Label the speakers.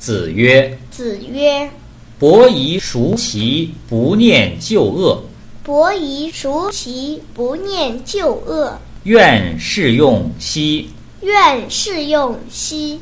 Speaker 1: 子曰
Speaker 2: 子曰：“
Speaker 1: 伯夷孰其不念旧恶？：“
Speaker 2: 伯夷孰其不念旧恶？
Speaker 1: 愿是用兮。”
Speaker 2: 愿是用兮。”